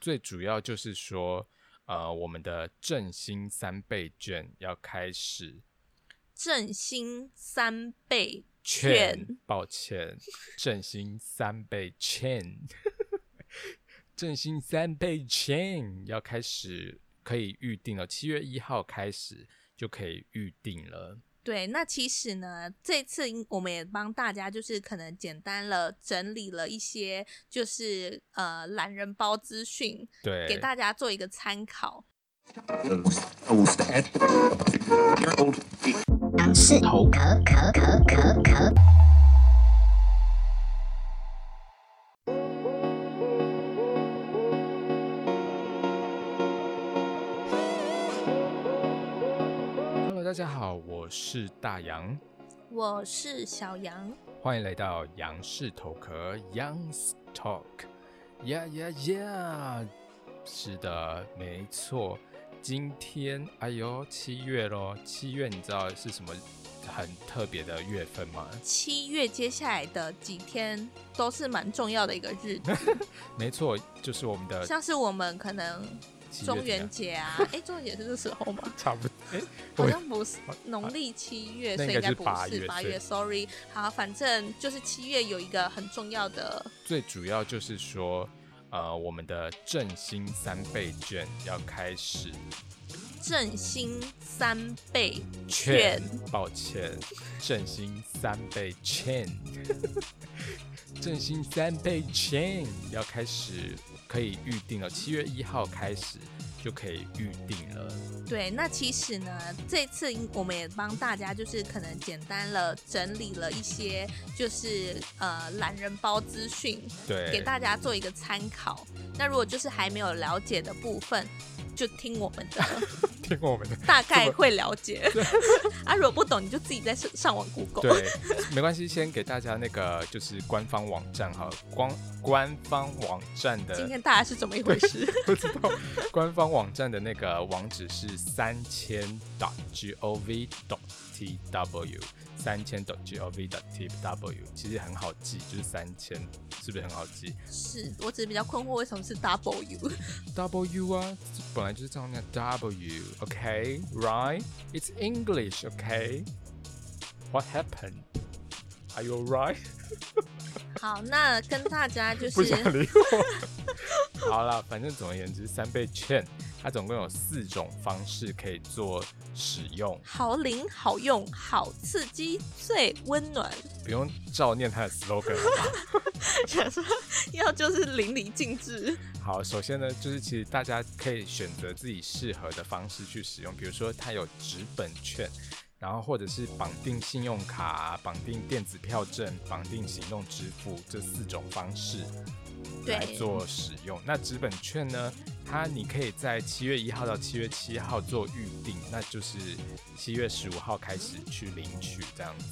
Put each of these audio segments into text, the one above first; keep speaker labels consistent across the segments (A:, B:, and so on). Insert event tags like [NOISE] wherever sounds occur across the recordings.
A: 最主要就是说，呃，我们的振兴三倍券要开始
B: 振兴三倍
A: 券， [LAUGHS] 抱歉，振兴三倍券，振兴三倍券要开始可以预定了，七月一号开始就可以预定了。
B: 对，那其实呢，这次应我们也帮大家就是可能简单了整理了一些就是呃懒人包资讯，
A: 对，
B: 给大家做一个参考。
C: 是头壳壳壳壳壳。
A: Hello，大家好，我是大杨，
B: 我是小杨，
A: 欢迎来到杨氏头壳 Young's Talk，呀呀呀！是的，没错，今天哎呦七月咯，七月你知道是什么很特别的月份吗？
B: 七月接下来的几天都是蛮重要的一个日
A: [LAUGHS]
B: 子，
A: 没错，就是我们的
B: 像是我们可能
A: 七月
B: 中
A: 怎样
B: 元节啊，哎，中元节是这时候吗？
A: 差不多，哎
B: 好
A: 我
B: 像不是农历七月，
A: 那
B: 所以
A: 应该
B: 应该
A: 是
B: 不
A: 八
B: 是
A: 月
B: 八
A: 对
B: 月。Sorry，好，反正就是七月有一个很重要的
A: 最主要就是说，呃，我们的振兴三倍券要开始
B: 振兴三倍
A: 券
B: 券，
A: 抱歉，振兴三倍券， [LAUGHS] 振兴三倍券要开始可以预定了，七月一号开始就可以预定了。
B: 对，那其实呢，这次我们也帮大家就是可能简单了整理了一些就是呃懒人包资讯，
A: 对，
B: 给大家做一个参考。那如果就是还没有了解的部分，就听我
A: [LAUGHS]
B: 们的，
A: 听我们的，
B: 大概会了解。 [LAUGHS] 啊，如果不懂，你就自己再上上网 Google。
A: 对，没关系，先给大家那个就是官方网站哈，官官方网站的
B: 今天大家是怎么一回事？
A: [LAUGHS] 不知道，官方网站的那个网址是三千 dot g o v dot t w，三千 dot g o v dot t w，其实很好记，就是三千，是不是很好记
B: [LAUGHS] 是我只是比较困惑，为什么是 double U？
A: ？W 啊，本来就是这样念 W，OK，right？It's English，OK？What happened？Are you right？
B: [LAUGHS] 好，那跟大家就
A: 不
B: 是
A: 想理我。 [LAUGHS] 好啦，反正总而言之，三倍券它总共有四种方式可以做使用。
B: [LAUGHS] 好灵、好用、好刺激、最温暖。 [LAUGHS]
A: 不用照念它的 slogan 好吧
B: 想说要就是淋漓尽致，
A: 好，首先呢，就是其实大家可以选择自己适合的方式去使用，比如说它有纸本券，然后或者是绑定信用卡、绑定电子票证、绑定行动支付这四种方式
B: 对
A: 来做使用。那纸本券呢，它你可以在七月一号到七月七号做预定，那就是七月十五号开始去领取这样子。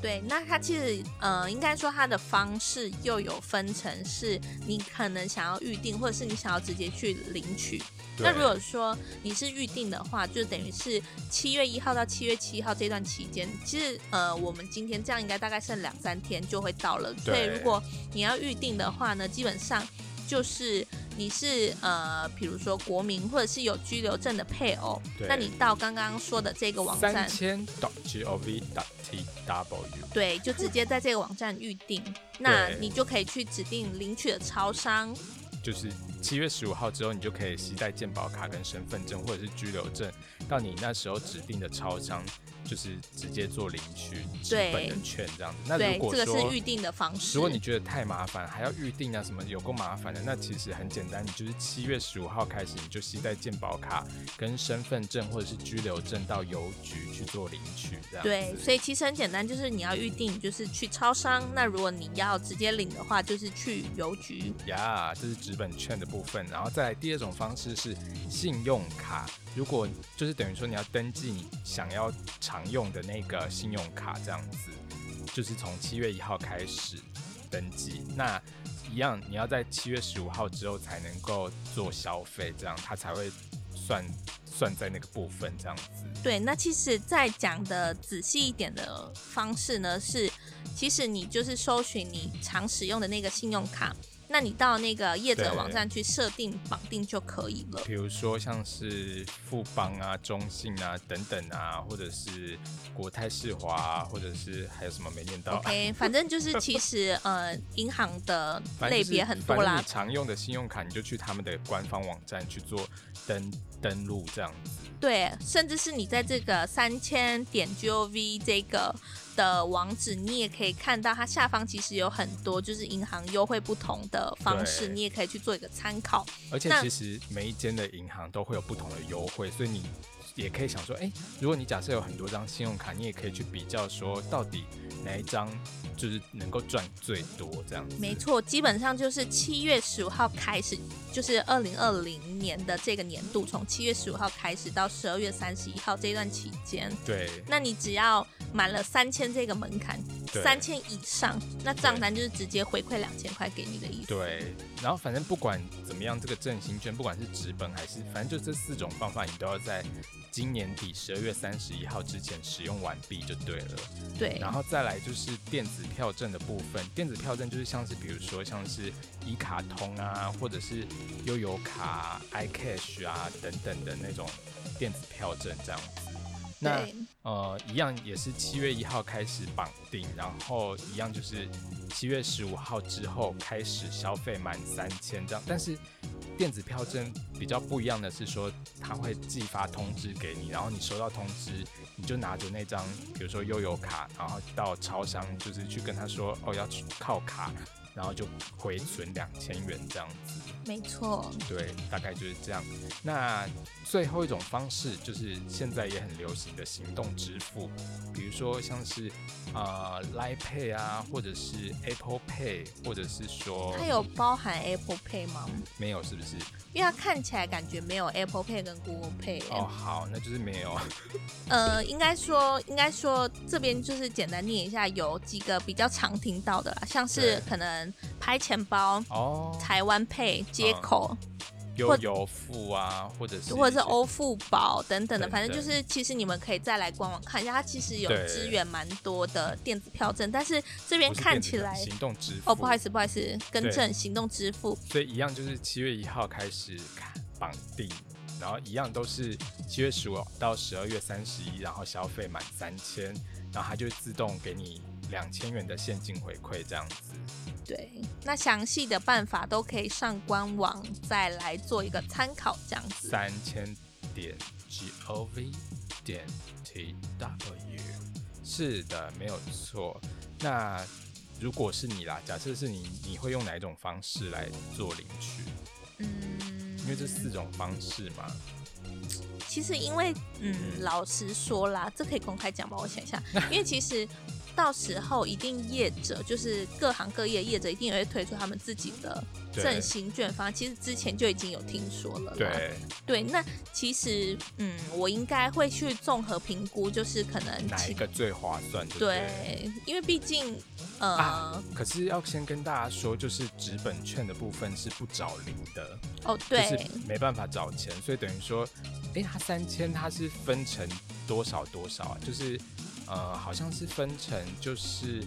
B: 对。那它其实呃，应该说它的方式又有分成，是你可能想要预定，或者是你想要直接去领取。
A: 对
B: 那如果说你是预定的话，就等于是七月一号到七月七号这段期间，其实呃，我们今天这样应该大概剩两三天就会到了。所以
A: 对
B: 如果你要预定的话呢，基本上就是你是呃，比如说国民或者是有居留证的配偶，
A: 对
B: 那你到刚刚说的这个网
A: 三
B: 站，
A: 千 dot g o v dot t w
B: 对，就直接在这个网站预定，那
A: [LAUGHS] 对
B: 你就可以去指定领取的超商。
A: 就是七月十五号之后，你就可以携带健保卡跟身份证或者是居留证，到你那时候指定的超商，就是直接做领取纸本的券这样子。那如
B: 对，
A: 果
B: 这个
A: 说
B: 是预定的方式。
A: 如果你觉得太麻烦，还要预定啊什么有够麻烦的，那其实很简单，你就是七月十五号开始，你就携带健保卡跟身份证或者是居留证到邮局去做领取这样子。
B: 对，所以其实很简单，就是你要预定，就是去超商。那如果你要直接领的话，就是去邮局。
A: 呀这是纸本券的部分。然后再来第二种方式是信用卡，如果就是等于说你要登记你想要常用的那个信用卡，这样子，就是从七月一号开始登记。那一样，你要在七月十五号之后才能够做消费，这样它才会算算在那个部分这样子。
B: 对，那其实再讲的仔细一点的方式呢，是其实你就是搜寻你常使用的那个信用卡。那你到那个业者
A: 对
B: 网站去设定绑定就可以了。
A: 比如说像是富邦啊、中信啊等等啊，或者是国泰世华啊，或者是还有什么没念到
B: OK，反正就是其实呃，银行的
A: 反正就
B: 类
A: 是
B: 别很多
A: 反正
B: 啦
A: 你，常用的信用卡，你就去他们的官方网站去做登登录这样子。
B: 对，甚至是你在这个三千点 gov 这个的网址，你也可以看到它下方其实有很多就是银行优惠不同的方式，
A: 对
B: 你也可以去做一个参考。
A: 而且
B: 那
A: 其实每一间的银行都会有不同的优惠，所以你也可以想说，哎、如果你假设有很多张信用卡，你也可以去比较说，到底哪一张就是能够赚最多这样子。
B: 没错，基本上就是七月十五号开始，就是二零二零年的这个年度，从七月十五号开始到十二月三十一号这段期间，
A: 对，
B: 那你只要满了三千这个门槛，
A: 对
B: 三千以上，那账单就是直接回馈两千块给你的意思。
A: 对，然后反正不管怎么样，这个振兴券不管是纸本还是，反正就这四种方法，你都要在今年底十二月三十一号之前使用完毕就对了。
B: 对
A: 然后再来就是电子票证的部分，电子票证就是像是比如说像是一卡通啊，或者是悠游卡、iCash 啊等等的那种电子票证这样子。那
B: 对
A: 呃，一样也是七月一号开始绑定，然后一样就是七月十五号之后开始消费满三千这样。但是电子票证比较不一样的是说，它会寄发通知给你，然后你收到通知，你就拿着那张比如说悠游卡，然后到超商就是去跟他说哦要去靠卡，然后就回存两千元这样子。
B: 没错，
A: 对，大概就是这样。那最后一种方式就是现在也很流行的行动支付，比如说像是啊、呃、Line Pay 啊，或者是 Apple Pay，或者是说
B: 它有包含 Apple Pay 吗？
A: 没有是不是？
B: 因为它看起来感觉没有 Apple Pay 跟 Google Pay、欸
A: 哦，好，那就是没有。
B: 呃，应该说，应该说这边就是简单念一下，有几个比较常听到的啦，像是
A: 对
B: 可能拍钱包、
A: 哦，
B: 台湾 Pay、接口，
A: 悠游付啊，或者是
B: 或者是欧付宝等等的，
A: 等等
B: 反正就是其实你们可以再来官网看一下，它其实有
A: 对
B: 支援蛮多的电子票证，但是这边
A: 不是
B: 看
A: 电子
B: 起
A: 的
B: 来。
A: 行动支付
B: 哦，不好意，思，不好意思，更
A: 对
B: 正，行动支付，
A: 所以一样就是七月一号开始绑定，然后一样都是七月十五到十二月三十一，然后消费满三千，然后它就自动给你两千元的现金回馈这样子。
B: 对，那详细的办法都可以上官网再来做一个参考，这样子。
A: 三千点 g o v 点 t w，是的，没有错。那如果是你啦，假设是你，你会用哪一种方式来做领取？
B: 嗯，
A: 因为这四种方式嘛，
B: 其实因为嗯，
A: 嗯
B: 老实说啦，这可以公开讲吗？我想
A: [LAUGHS]
B: 一下，因为其实到时候一定业者就是各行各业业者一定也会推出他们自己的
A: 对
B: 振兴券方案，其实之前就已经有听说了啦。
A: 对，
B: 对，那其实嗯，我应该会去综合评估，就是可能
A: 哪
B: 其
A: 一个最划算？对不对
B: 对，因为毕竟呃、
A: 啊可是要先跟大家说，就是纸本券的部分是不找零的，
B: 哦
A: 就
B: 对。
A: 是没办法找钱，所以等于说，诶，它三千它是分成多少多少啊？就是呃，好像是分成就是，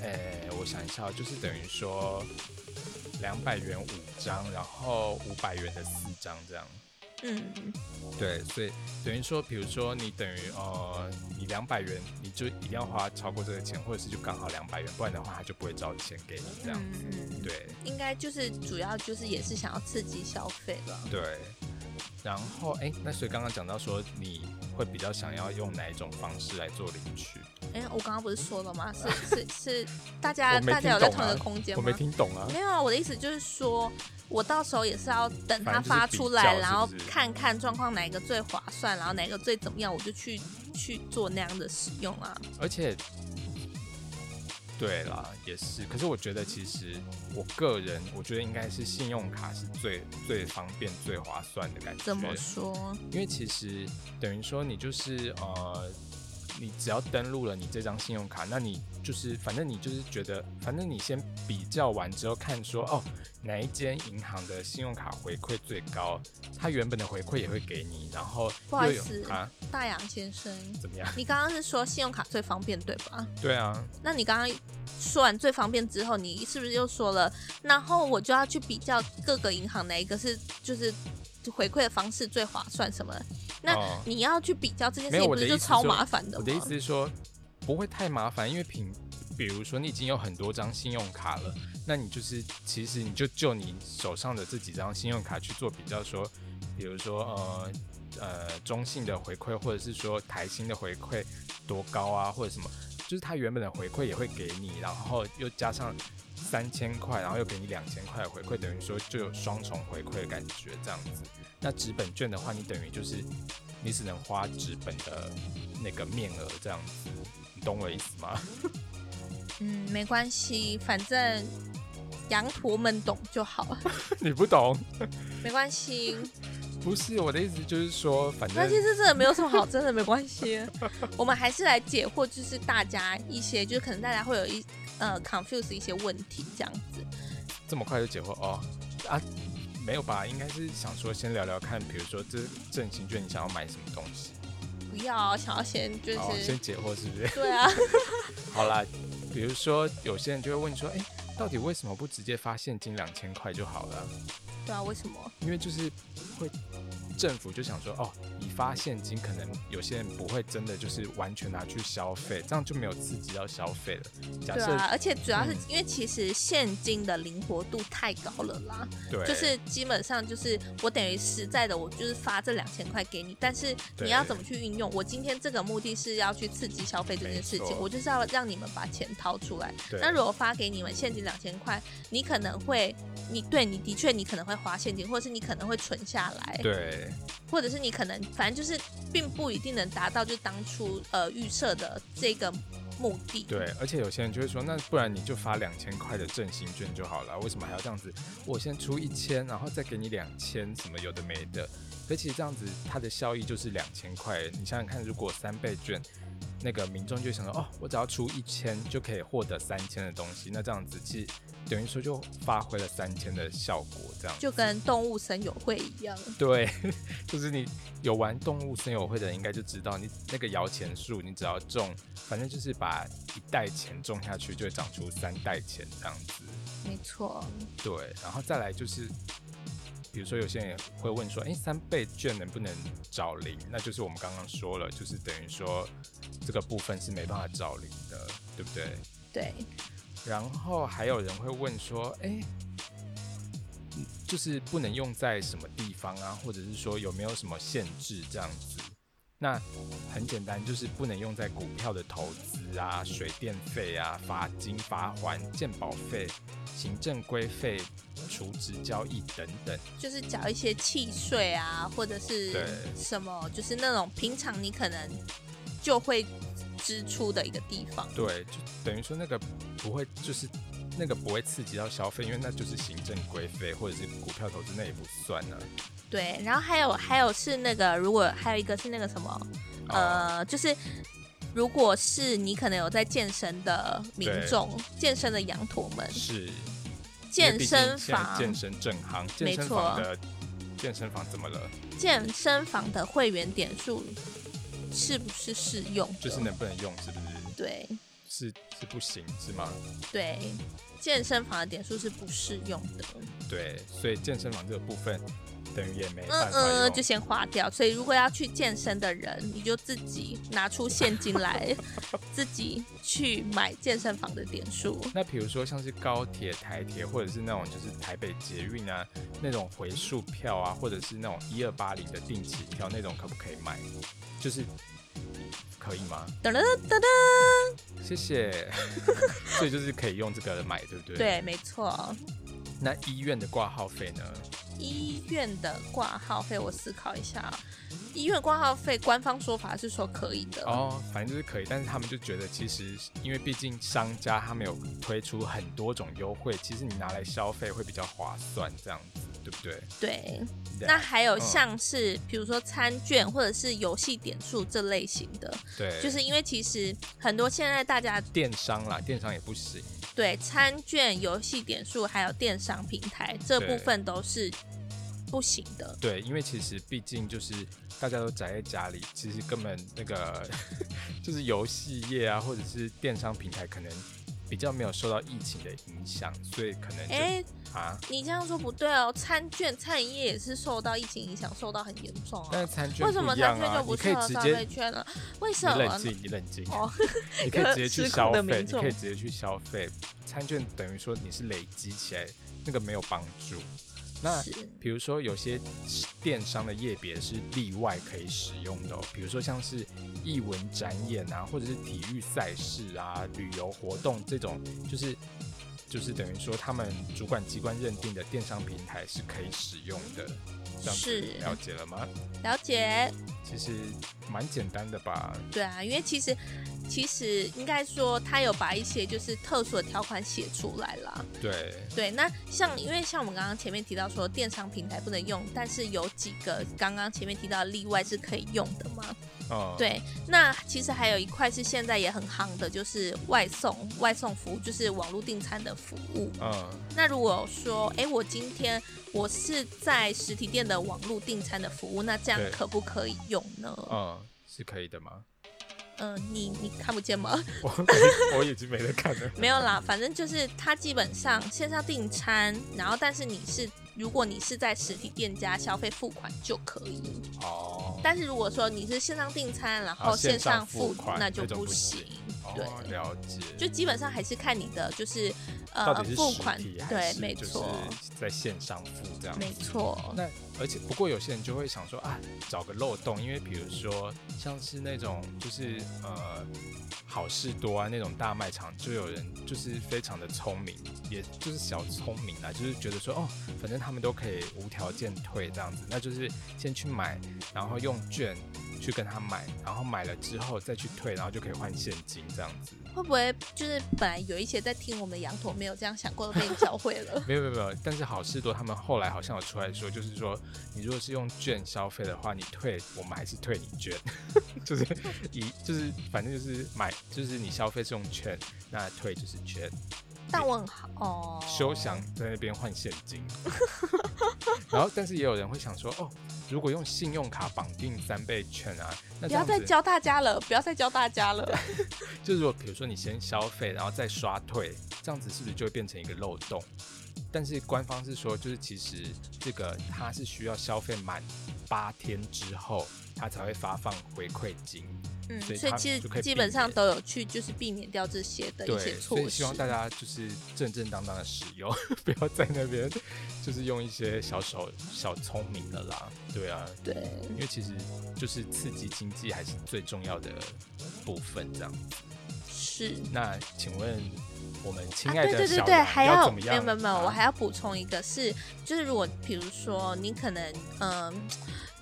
A: 诶，我想一下哦，就是等于说两百元五张，然后五百元的四张这样。
B: 嗯，
A: 对，所以等于说，比如说你等于呃，你两百元，你就一定要花超过这个钱，或者是就刚好两百元，不然的话他就不会找钱给你这样。
B: 嗯嗯，
A: 对
B: 应该就是主要就是也是想要刺激消费了。
A: 对。然后哎，那所以刚刚讲到说，你会比较想要用哪一种方式来做领取？
B: 哎、我刚刚不是说了吗？
A: [LAUGHS]
B: 是是是，大家、
A: 我没
B: 大
A: 听
B: 家有在
A: 懂
B: 同一
A: 啊
B: 个空间
A: 我
B: 吗？
A: 没听懂啊。
B: 没有啊，我的意思就是说，我到时候也是要等它
A: 反正就是
B: 发
A: 比
B: 出
A: 较
B: 来，
A: 是不
B: 然后
A: 是
B: 看看状况哪一个最划算，然后哪一个最怎么样，我就去去做那样的使用啊。
A: 而且，对啦，也是。可是我觉得，其实我个人，我觉得应该是信用卡是最最方便、最划算的感觉。
B: 怎么说？
A: 因为其实等于说你就是呃，你只要登录了你这张信用卡，那你就是反正你就是觉得，反正你先比较完之后看说哦哪一间银行的信用卡回馈最高，它原本的回馈也会给你，然后
B: 不好
A: 又
B: 意
A: 有
B: 思
A: 啊
B: 大洋先生，
A: 怎么样？
B: 你刚刚是说信用卡最方便对吧？
A: 对啊，
B: 那你刚刚说完最方便之后，你是不是又说了？然后我就要去比较各个银行哪一个是就是回馈的方式最划算什么的？那
A: 哦
B: 你要去比较这件
A: 没有
B: 事情，
A: 我的
B: 不是
A: 意
B: 就
A: 思
B: 超
A: 说
B: 麻烦的
A: 我
B: 吗？
A: 的意思是说，不会太麻烦，因为平，比如说你已经有很多张信用卡了，那你就是其实你就就你手上的这几张信用卡去做比较说，比如说呃呃中信的回馈，或者是说台新的回馈多高啊，或者什么，就是它原本的回馈也会给你，然后又加上。三千块，然后又给你两千块的回馈，等于说就有双重回馈的感觉这样子。那纸本券的话，你等于就是你只能花纸本的那个面额这样子，你懂我意思吗？ [LAUGHS]
B: 嗯，没关系，反正羊驼们懂就
A: [LAUGHS]
B: 好，
A: 你不懂，
B: 没
A: [LAUGHS]
B: 关系。
A: 不是我的意思，就是说，反
B: 那
A: 正
B: 其实真的没有什么好，真的没关系。我们还是来解惑，就是大家一些，就是可能大家会有一呃 confuse 一些问题这样子。
A: 这么快就解惑哦啊，没有吧？应该是想说先聊聊看，比如说这振兴券你想要买什么东西，
B: 不要想要先就是、
A: 好，先解惑是不 [LAUGHS] 是？
B: 对啊，
A: 好啦，比如说有些人就会问说，哎、到底为什么不直接发现金两千块就好了？
B: 对啊，为什么？
A: 因为就是会政府就想说，哦，你发现金可能有些人不会真的就是完全拿去消费，这样就没有刺激到消费了。假
B: 对
A: 设
B: 啊，而且主要是
A: 嗯
B: 因为其实现金的灵活度太高了啦，
A: 对，
B: 啊就是基本上就是我等于实在的，我就是发这两千块给你，但是
A: 对
B: 你要怎么去运用？我今天这个目的是要去刺激消费这件事
A: 没
B: 情，
A: 错
B: 我就是要让你们把钱掏出来。
A: 对
B: 那如果发给你们现金两千块，你可能会，你对你的确你可能会花现金，或者是你可能会存下来，
A: 对
B: 或者是你可能反正就是并不一定能达到就当初呃预设的这个目的。
A: 对，而且有些人就会说，那不然你就发两千块的振兴券就好了，为什么还要这样子？我先出一千，然后再给你两千，什么有的没的。可其实这样子，它的效益就是两千块。你想想看，如果三倍券，那个民众就想说，哦，我只要出一千就可以获得三千的东西，那这样子其实等于说就发挥了三千的效果，这样
B: 就跟动物森友会一样，
A: [LAUGHS] 对，就是你有玩动物森友会的人应该就知道，你那个摇钱树，你只要种，反正就是把一袋钱种下去，就会长出三袋钱这样子。
B: 没错。
A: 对，然后再来就是，比如说有些人也会问说，哎，三倍券能不能找零？那就是我们刚刚说了，就是等于说这个部分是没办法找零的，对不对？
B: 对，
A: 然后还有人会问说，哎，嗯就是不能用在什么地方啊，或者是说有没有什么限制这样子？那很简单，就是不能用在股票的投资啊、水电费啊、罚金、罚还、鉴保费、行政规费、储值交易等等。
B: 就是缴一些契税啊，或者
A: 对
B: 是什么，就是那种平常你可能就会支出的一个地方。
A: 对，就等于说那个不会，就是那个不会刺激到消费，因为那就是行政规费或者是股票投资，那也不算啊呢、
B: 对，然后还有还有是那个，如果还有一个是那个什么，
A: 哦
B: 呃，就是如果是你可能有在健身的民
A: 对
B: 众，健身的羊驼们，
A: 是。因为
B: 健
A: 毕竟现
B: 身
A: 在
B: 房
A: 健身正行，健
B: 没
A: 身
B: 错
A: 房的健身房怎么了？
B: 健身房的会员点数是不是适用的？
A: 就是能不能用，是不是？
B: 对
A: 是是不行，是吗？
B: 对，健身房的点数是不适用的。
A: 对，所以健身房这个部分等于也没
B: 嗯
A: 办法用。
B: 嗯，就先划掉。所以如果要去健身的人，你就自己拿出现金
A: [LAUGHS]
B: 来，自己去买健身房的点数。
A: 那比如说像是高铁、台铁，或者是那种就是台北捷运啊那种回数票啊，或者是那种一二八零的定期票那种，可不可以买？就是可以吗？
B: 噔噔噔噔，
A: 谢谢。 [LAUGHS] 所以就是可以用这个买，对不对？。
B: 对，没错。
A: 那医院的挂号费呢？
B: 医院的挂号费，我思考一下啊。医院挂号费，官方说法是说可以的。
A: 哦，反正就是可以，但是他们就觉得其实，因为毕竟商家他们有推出很多种优惠，其实你拿来消费会比较划算这样子。对不对？
B: 对，
A: 对
B: 那还有
A: 嗯
B: 像是比如说餐券或者是游戏点数这类型的，
A: 对，
B: 就是因为其实很多现在大家
A: 电商啦，电商也不行。
B: 对餐券、游戏点数还有电商平台这
A: 对
B: 部分都是不行的。
A: 对，因为其实毕竟就是大家都宅在家里，其实根本那个 [LAUGHS] 就是游戏业啊，或者是电商平台，可能比较没有受到疫情的影响，所以可能就、
B: 哎、
A: 啊，
B: 你这样说不对哦，餐券、餐饮业也是受到疫情影响，受到很严重
A: 但
B: 啊。
A: 是餐券
B: 为什
A: 不
B: 么
A: 一样
B: 餐券
A: 啊
B: 就，不
A: 你可以
B: 适合
A: 直
B: 消
A: 接
B: 费。圈了？为
A: 你
B: 什么
A: 冷
B: 呢？
A: 静，你冷静。
B: 哦
A: [LAUGHS] 你可以直接
B: 一
A: 去
B: 个吃
A: 消
B: 苦的
A: 费，
B: 民
A: 你可以
B: 众
A: 直接去消费。餐券等于说你是累积起来，那个没有帮助。那
B: 是
A: 比如说有些电商的业别是例外可以使用的、哦，比如说像是艺文展演啊，或者是体育赛事啊、旅游活动这种，就是就是等于说他们主管机关认定的电商平台是可以使用的，这样子
B: 是
A: 了解了吗？
B: 了解。
A: 其实蛮简单的吧，
B: 对啊，因为其实其实应该说他有把一些就是特殊的条款写出来啦。
A: 对
B: 对，那像因为像我们刚刚前面提到说电商平台不能用，但是有几个刚刚前面提到的例外是可以用的嘛？
A: 哦，
B: 对，那其实还有一块是现在也很夯的，就是外送外送服务，就是网络订餐的服务。
A: 嗯，
B: 那如果说，哎、我今天我是在实体店的网络订餐的服务，那这样
A: 对
B: 可不可以用呢？
A: 嗯，是可以的吗？
B: 嗯、你你看不见吗？
A: [LAUGHS]
B: [LAUGHS]
A: 我 [LAUGHS] 我已经没得看了。
B: 没有啦，反正就是它基本上线上订餐，然后但是你是如果你是在实体店家消费付款就可以，
A: 哦，
B: 但是如果说你是线上订餐，然
A: 然后
B: 后线
A: 上
B: 付
A: 款
B: 那
A: 就
B: 就
A: 不
B: 行。对，
A: 哦，了解。
B: 就基本上还是看你的就是
A: 到
B: 呃
A: 底是
B: 付
A: 实
B: 款，
A: 体还
B: 对，
A: 是
B: 没
A: 就是
B: 错，
A: 在线上付这样子。
B: 没错，
A: 那而且不过有些人就会想说啊，找个漏洞，因为比如说像是那种就是呃好事多啊那种大卖场，就有人就是非常的聪明，也就是小聪明啦，就是觉得说哦，反正他们都可以无条件退这样子，那就是先去买，然后用券去跟他买，然后买了之后再去退，然后就可以换现金这样子。
B: 会不会就是本来有一些在听我们的羊驼没有这样想过的被你教会了？ [LAUGHS]
A: 没有没有没有，但是好事多他们后来好像有出来说，就是说你如果是用券消费的话，你退我们还是退你券， [LAUGHS] 就是以就是反正就是买就是你消费是用券，那退就是券，
B: 但我很好哦，
A: [LAUGHS] 休想在那边换现金。 [LAUGHS] 然后但是也有人会想说，哦，如果用信用卡绑定三倍券啊，那
B: 不
A: 这
B: 要
A: 样
B: 再
A: 子
B: 教大家了，不要再教大家了。
A: 就是如果比如说你先消费，然后再刷退，这样子是不是就会变成一个漏洞？但是官方是说，就是其实这个它是需要消费满八天之后，它才会发放回馈金。
B: 嗯，
A: 所以
B: 所以
A: 它
B: 其
A: 就可以避
B: 实基本上
A: 免
B: 都有去，就是避免掉这些的一些
A: 对，
B: 措
A: 所以
B: 施。
A: 希望大家就是正正当当的使用， [LAUGHS] 不要在那边就是用一些小手小聪明的啦。对啊，
B: 对，
A: 因为其实就是刺激经济还是最重要的部分，这样。
B: 是
A: 那请问我们亲
B: 啊，
A: 爱
B: 对
A: 的
B: 对对
A: 小
B: 对，
A: 杨
B: 还
A: 要
B: 要
A: 怎么
B: 没有
A: 样？
B: 没有没有，
A: 啊
B: 我还要补充一个是，就是如果比如说你可能嗯、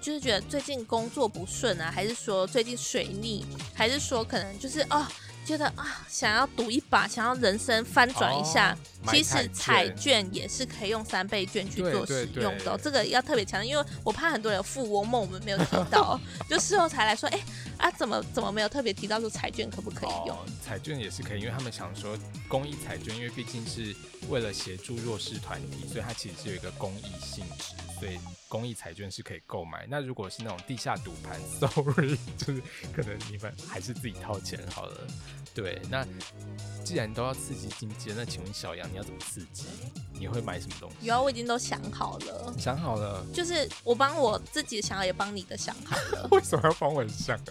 B: 就是觉得最近工作不顺啊，还是说最近水逆，还是说可能就是哦，觉得啊想要赌一把，想要人生翻转一下。
A: 哦买
B: 其实彩
A: 券
B: 券也是可以用三倍券去
A: 对
B: 做
A: 对
B: 使用的哦、
A: 对
B: 这个要特别强调，因为我怕很多人有富翁梦，我们没有提到，哦
A: [LAUGHS]
B: 就事后才来说，哎、啊怎么怎么没有特别提到说彩券可不可以用？
A: 哦，彩券也是可以，因为他们想说公益彩券，因为毕竟是为了协助弱势团体，所以它其实是有一个公益性质，所以公益彩券是可以购买。那如果是那种地下赌盘，sorry，就是 [LAUGHS] 可能你们还是自己掏钱好了。对，那既然都要刺激经济，那请问小杨你要怎么刺激？你会买什么东西？
B: 有啊，我已经都想好了。
A: 想好了，。
B: 就是我帮我自己的想好，也帮你的想好了
A: 为什么要帮我想啊？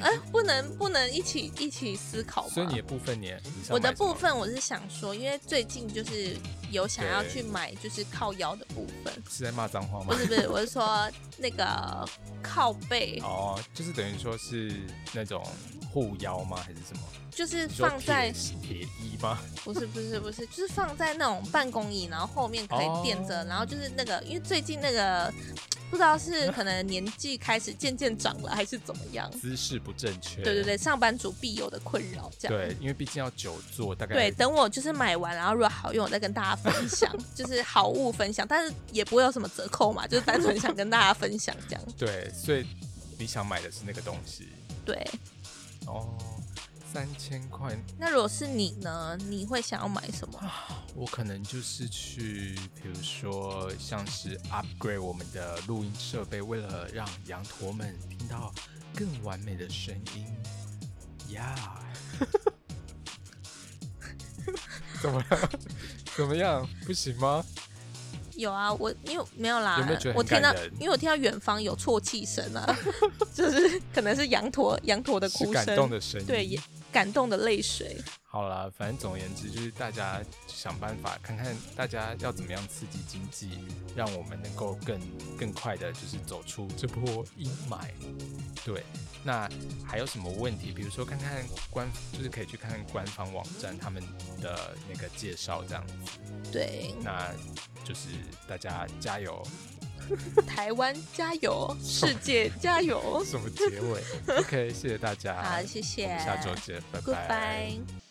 B: 哎、不能不能一起一起思考吗？
A: 所以你的部分你也，你想
B: 我的
A: 买什么
B: 部分我是想说，因为最近就是有想要
A: 对
B: 去买就是靠腰的部分，
A: 是在骂脏话吗
B: 不？是
A: [LAUGHS]
B: 不是，我是说那个靠背，
A: 哦，就是等于说是那种护腰吗？还是什么？
B: 就是
A: 你说
B: 放在
A: 铁铁衣吗？
B: 不是不是不是，就是
A: 哦
B: 放在那种办公椅，然后后面可以垫着，然后就是那个，因为最近那个不知道是可能年纪开始渐渐长了，还是怎么样。
A: 姿势不正确。
B: 对对对，上班族必有的困扰，这样。
A: 对，因为毕竟要久坐，大概
B: 对，等我就是买完，然后如果好用，我再跟大家分享， [LAUGHS] 就是好物分享，但是也不会有什么折扣嘛，就是单纯想跟大家分享这样。
A: 对所以你想买的是那个东西
B: 对，
A: 哦，三千块，
B: 那如果是你呢？你会想要买什么？
A: 我可能就是去，比如说像是 upgrade 我们的录音设备，为了让羊驼们听到更完美的声音
B: [LAUGHS]
A: 呀。怎么样？怎么样？不行吗？
B: 有啊，我因为没有啦，
A: 有没有觉得很
B: 我听到
A: 感人，
B: 因为我听到远方有啜泣声啊， [LAUGHS] 就是可能是羊驼羊驼的
A: 是
B: 哭
A: 感
B: 声，
A: 动的声音。
B: 对，也感动的泪水。
A: 好啦，反正总而言之，就是大家想办法看看大家要怎么样刺激经济，让我们能够更更快的，就是走出这波阴霾。对，那还有什么问题？比如说看看官，就是可以去看看官方网站他们的那个介绍这样子。
B: 对，
A: 那就是大家加油，
B: 台湾加油，
A: [LAUGHS]
B: 世界加油！ [LAUGHS]
A: 什么结尾？OK，谢谢大家，
B: 好，谢
A: 我
B: 谢，
A: 们下周见，拜拜。
B: ，Goodbye。